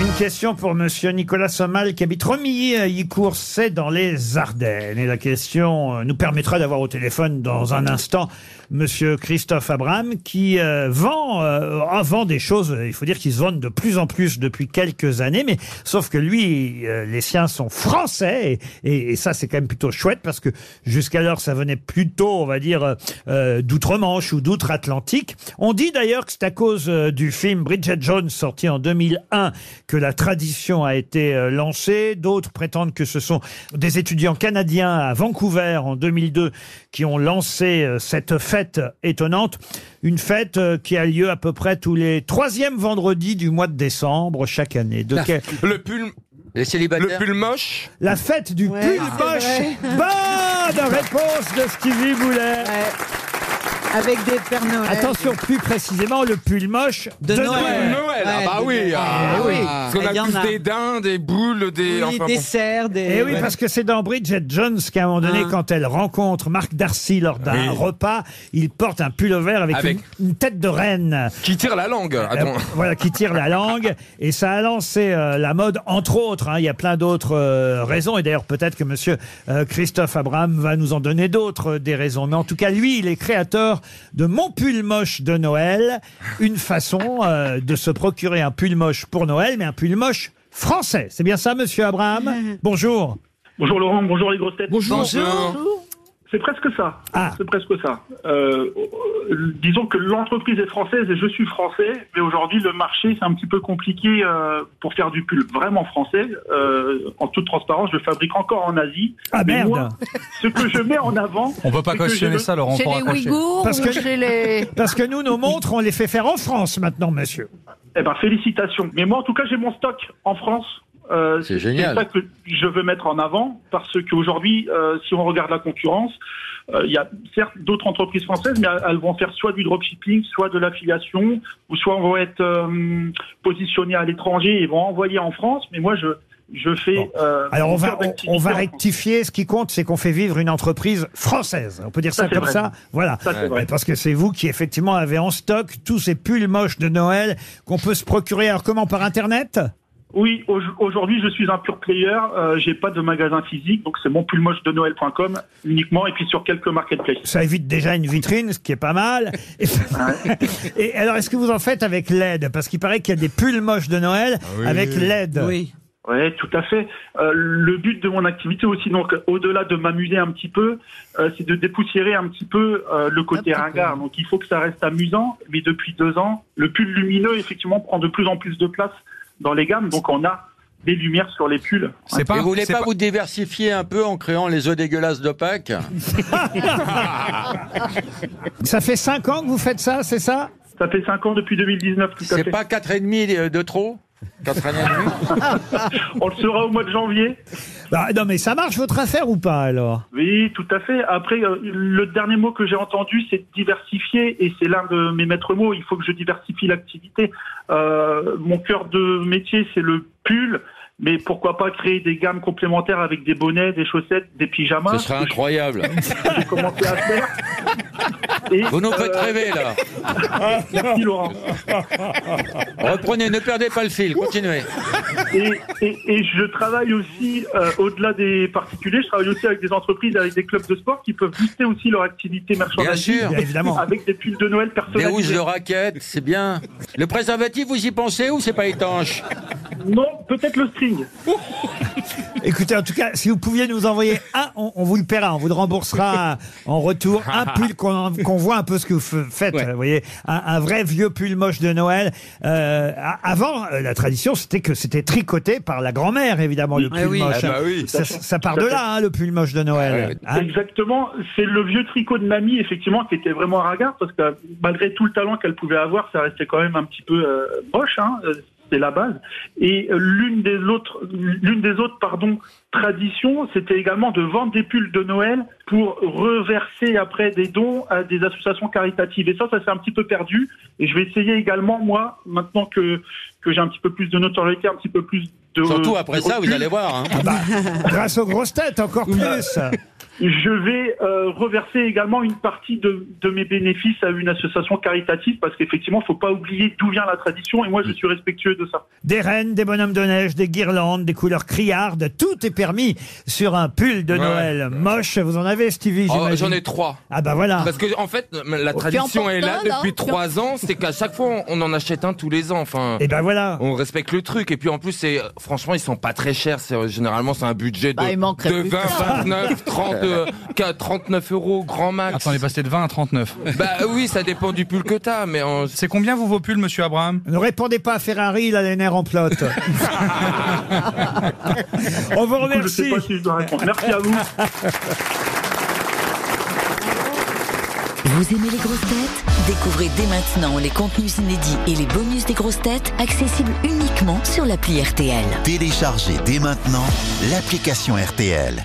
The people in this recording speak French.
Une question pour Monsieur Nicolas Sommal qui habite Romilly à Yicourt, c'est dans les Ardennes. Et la question euh, nous permettra d'avoir au téléphone dans un instant Monsieur Christophe Abraham qui euh, vend, euh, ah, vend des choses. euh, Il faut dire qu'ils se vendent de plus en plus depuis quelques années, mais sauf que lui, euh, les siens sont français et, et- et ça c'est quand même plutôt chouette parce que jusqu'alors ça venait plutôt, on va dire, euh, euh, d'outre-Manche ou d'outre-Atlantique. On dit d'ailleurs que c'est à cause euh, du film Bridget Jones sorti en 2001 que la tradition a été euh, lancée. D'autres prétendent que ce sont des étudiants canadiens à Vancouver en 2002 qui ont lancé euh, cette fête étonnante. Une fête euh, qui a lieu à peu près tous les troisièmes vendredis du mois de décembre chaque année. De quel- Le pull, Les le célibataires. pull moche. La fête du pull moche. Bonne réponse de Stevie Boulet. Avec des Pères Noël. Attention, plus précisément, le pull moche de, De Noël. Noël. Noël. Ah Ouais, bah des- oui. Ah, Ah oui. Parce qu'on Il y a en tous a. des dents, des boules, des. Oui, enfin, des bon. serres, des. Et Eh oui, Ouais. parce que c'est dans Bridget Jones qu'à un moment donné, Ah. quand elle rencontre Marc Darcy lors d'un Oui. repas, il porte un pull vert avec, Avec. Une, une tête de reine. Qui tire la langue. Eh, Attends. Euh, voilà, qui tire la langue. Et ça a lancé euh, la mode, entre autres. hein. il y a plein d'autres euh, raisons. Et d'ailleurs, peut-être que monsieur euh, Christophe Abraham va nous en donner d'autres, euh, des raisons. Mais en tout cas, lui, il est créateur de Mon pull moche de Noël. Une façon euh, de se procurer un pull moche pour Noël, mais un pull moche français. C'est bien ça, monsieur Abraham Bonjour. Bonjour Laurent, bonjour les grosses têtes. Bonjour. C'est presque ça. Ah. C'est presque ça. Euh, euh, disons que l'entreprise est française et je suis français, mais aujourd'hui le marché c'est un petit peu compliqué euh, pour faire du pull vraiment français. Euh, en toute transparence, je le fabrique encore en Asie. Ah, Mais merde. moi, ce que je mets en avant, On peut pas C'est que j'ai cautionner le- ça, Laurent. Chez pour les raccrocher. Ouïghours Parce que- ou chez les... Parce que nous, nos montres, on les fait faire en France maintenant, monsieur. eh ben félicitations. Mais moi en tout cas j'ai mon stock en France. Euh, C'est génial. C'est ça que je veux mettre en avant parce qu'aujourd'hui, euh, si on regarde la concurrence, euh, il y a certes d'autres entreprises françaises, mais elles vont faire soit du dropshipping, soit de l'affiliation, ou soit on va être euh, positionné à l'étranger et vont envoyer en France. Mais moi, je je fais. Bon. euh, Alors on mon va cœur on, d'activité on va en France. rectifier. Ce qui compte, c'est qu'on fait vivre une entreprise française. On peut dire ça, Ça, c'est comme vrai. ça. Voilà. Euh, Ça, c'est vrai. Parce que c'est vous qui effectivement avez en stock tous ces pulls moches de Noël qu'on peut se procurer. Alors comment par internet Oui, au- aujourd'hui, je suis un pur player. Euh, J'ai pas de magasin physique, donc c'est mon pull moche de Noël.com uniquement, et puis sur quelques marketplaces. Ça évite déjà une vitrine, ce qui est pas mal. Et, Et alors est-ce que vous en faites avec LED Parce qu'il paraît qu'il y a des pulls moches de Noël avec LED. Oui. Oui, tout à fait. Euh, le but de mon activité aussi, donc au-delà de m'amuser un petit peu, euh, c'est de dépoussiérer un petit peu euh, le Un petit côté peu. ringard. Donc il faut que ça reste amusant. Mais depuis deux ans, le pull lumineux, effectivement, prend de plus en plus de place dans les gammes. Donc on a des lumières sur les pulls. C'est Et pas, vous voulez c'est pas pas- vous diversifier un peu en créant les œufs dégueulasses de Pâques Ça fait cinq ans que vous faites ça, c'est ça Ça fait cinq ans depuis 2019, tout à C'est fait. pas quatre et demi de trop Quatre et demi On le saura au mois de janvier. Bah, Non mais ça marche votre affaire ou pas alors Oui, tout à fait. Après, euh, le dernier mot que j'ai entendu, c'est diversifier, et c'est l'un de mes maîtres mots. Il faut que je diversifie l'activité. Euh, mon cœur de métier, c'est le pull, mais pourquoi pas créer des gammes complémentaires avec des bonnets, des chaussettes, des pyjamas. Ce serait incroyable. J'ai commencé à faire. Et, Vous nous faites euh, rêver là. Merci Laurent. Reprenez, ne perdez pas le fil, continuez. Et, et- et je travaille aussi, euh, au-delà des particuliers, je travaille aussi avec des entreprises, avec des clubs de sport qui peuvent booster aussi leur activité Bien merchandising sûr. Bien évidemment. avec des pulls de Noël Des personnalisés. housses de raquettes, c'est bien. Le préservatif, vous y pensez ou c'est pas étanche Non, peut-être le string. Écoutez, en tout cas, si vous pouviez nous envoyer un, on, on vous le paiera, on vous le remboursera en retour, un pull qu'on qu'on voit un peu ce que vous f- faites, vous voyez, un, un vrai vieux pull moche de Noël. Euh, a- avant, euh, la tradition, c'était que c'était tricoté par la grand-mère, évidemment, le Ah pull oui. moche. Ah bah oui. ça, Ah ça part de là, hein, le pull moche de Noël. Hein Exactement, c'est le vieux tricot de mamie, effectivement, qui était vraiment ragard, parce que malgré tout le talent qu'elle pouvait avoir, ça restait quand même un petit peu euh, moche, hein, euh, c'est la base. Et euh, l'une des autres, l'une des autres, pardon, traditions, c'était également de vendre des pulls de Noël pour reverser après des dons à des associations caritatives. Et ça, ça s'est un petit peu perdu. Et je vais essayer également, moi, maintenant que que j'ai un petit peu plus de notoriété, un petit peu plus de Euh, Surtout après de ça, vous Ah, recul, allez voir. hein. Grâce aux grosses têtes, encore plus. Je vais euh, reverser également une partie de, de mes bénéfices à une association caritative parce qu'effectivement, faut pas oublier d'où vient la tradition et moi, je suis respectueux de ça. Des rennes, des bonhommes de neige, des guirlandes, des couleurs criardes, tout est permis sur un pull de Ouais. Noël moche. Vous en avez, Stevie Oh, j'imagine J'en ai trois. Ah bah voilà. Parce que en fait, euh, la tradition est là depuis trois ans. C'est qu'à chaque fois, on en achète un tous les ans. Enfin, Et ben voilà. on respecte le truc. Et puis en plus, c'est franchement, ils sont pas très chers. C'est- Généralement, c'est un budget de, Bah, il manquerait de plus que 20, ça. 29, 30, euh, qu'à 39 euros grand max. Attends, on est passé de 20 à 39. Bah oui, ça dépend du pull que t'as, mais en- C'est combien vous vos pulls, monsieur Abraham Ne répondez pas à Ferrari, il a les nerfs en pelote. on vous Du coup, je sais remercie. pas si je dois répondre. Merci à vous. Vous aimez les grosses têtes Découvrez dès maintenant les contenus inédits et les bonus des grosses têtes accessibles uniquement sur l'appli RTL. Téléchargez dès maintenant l'application RTL.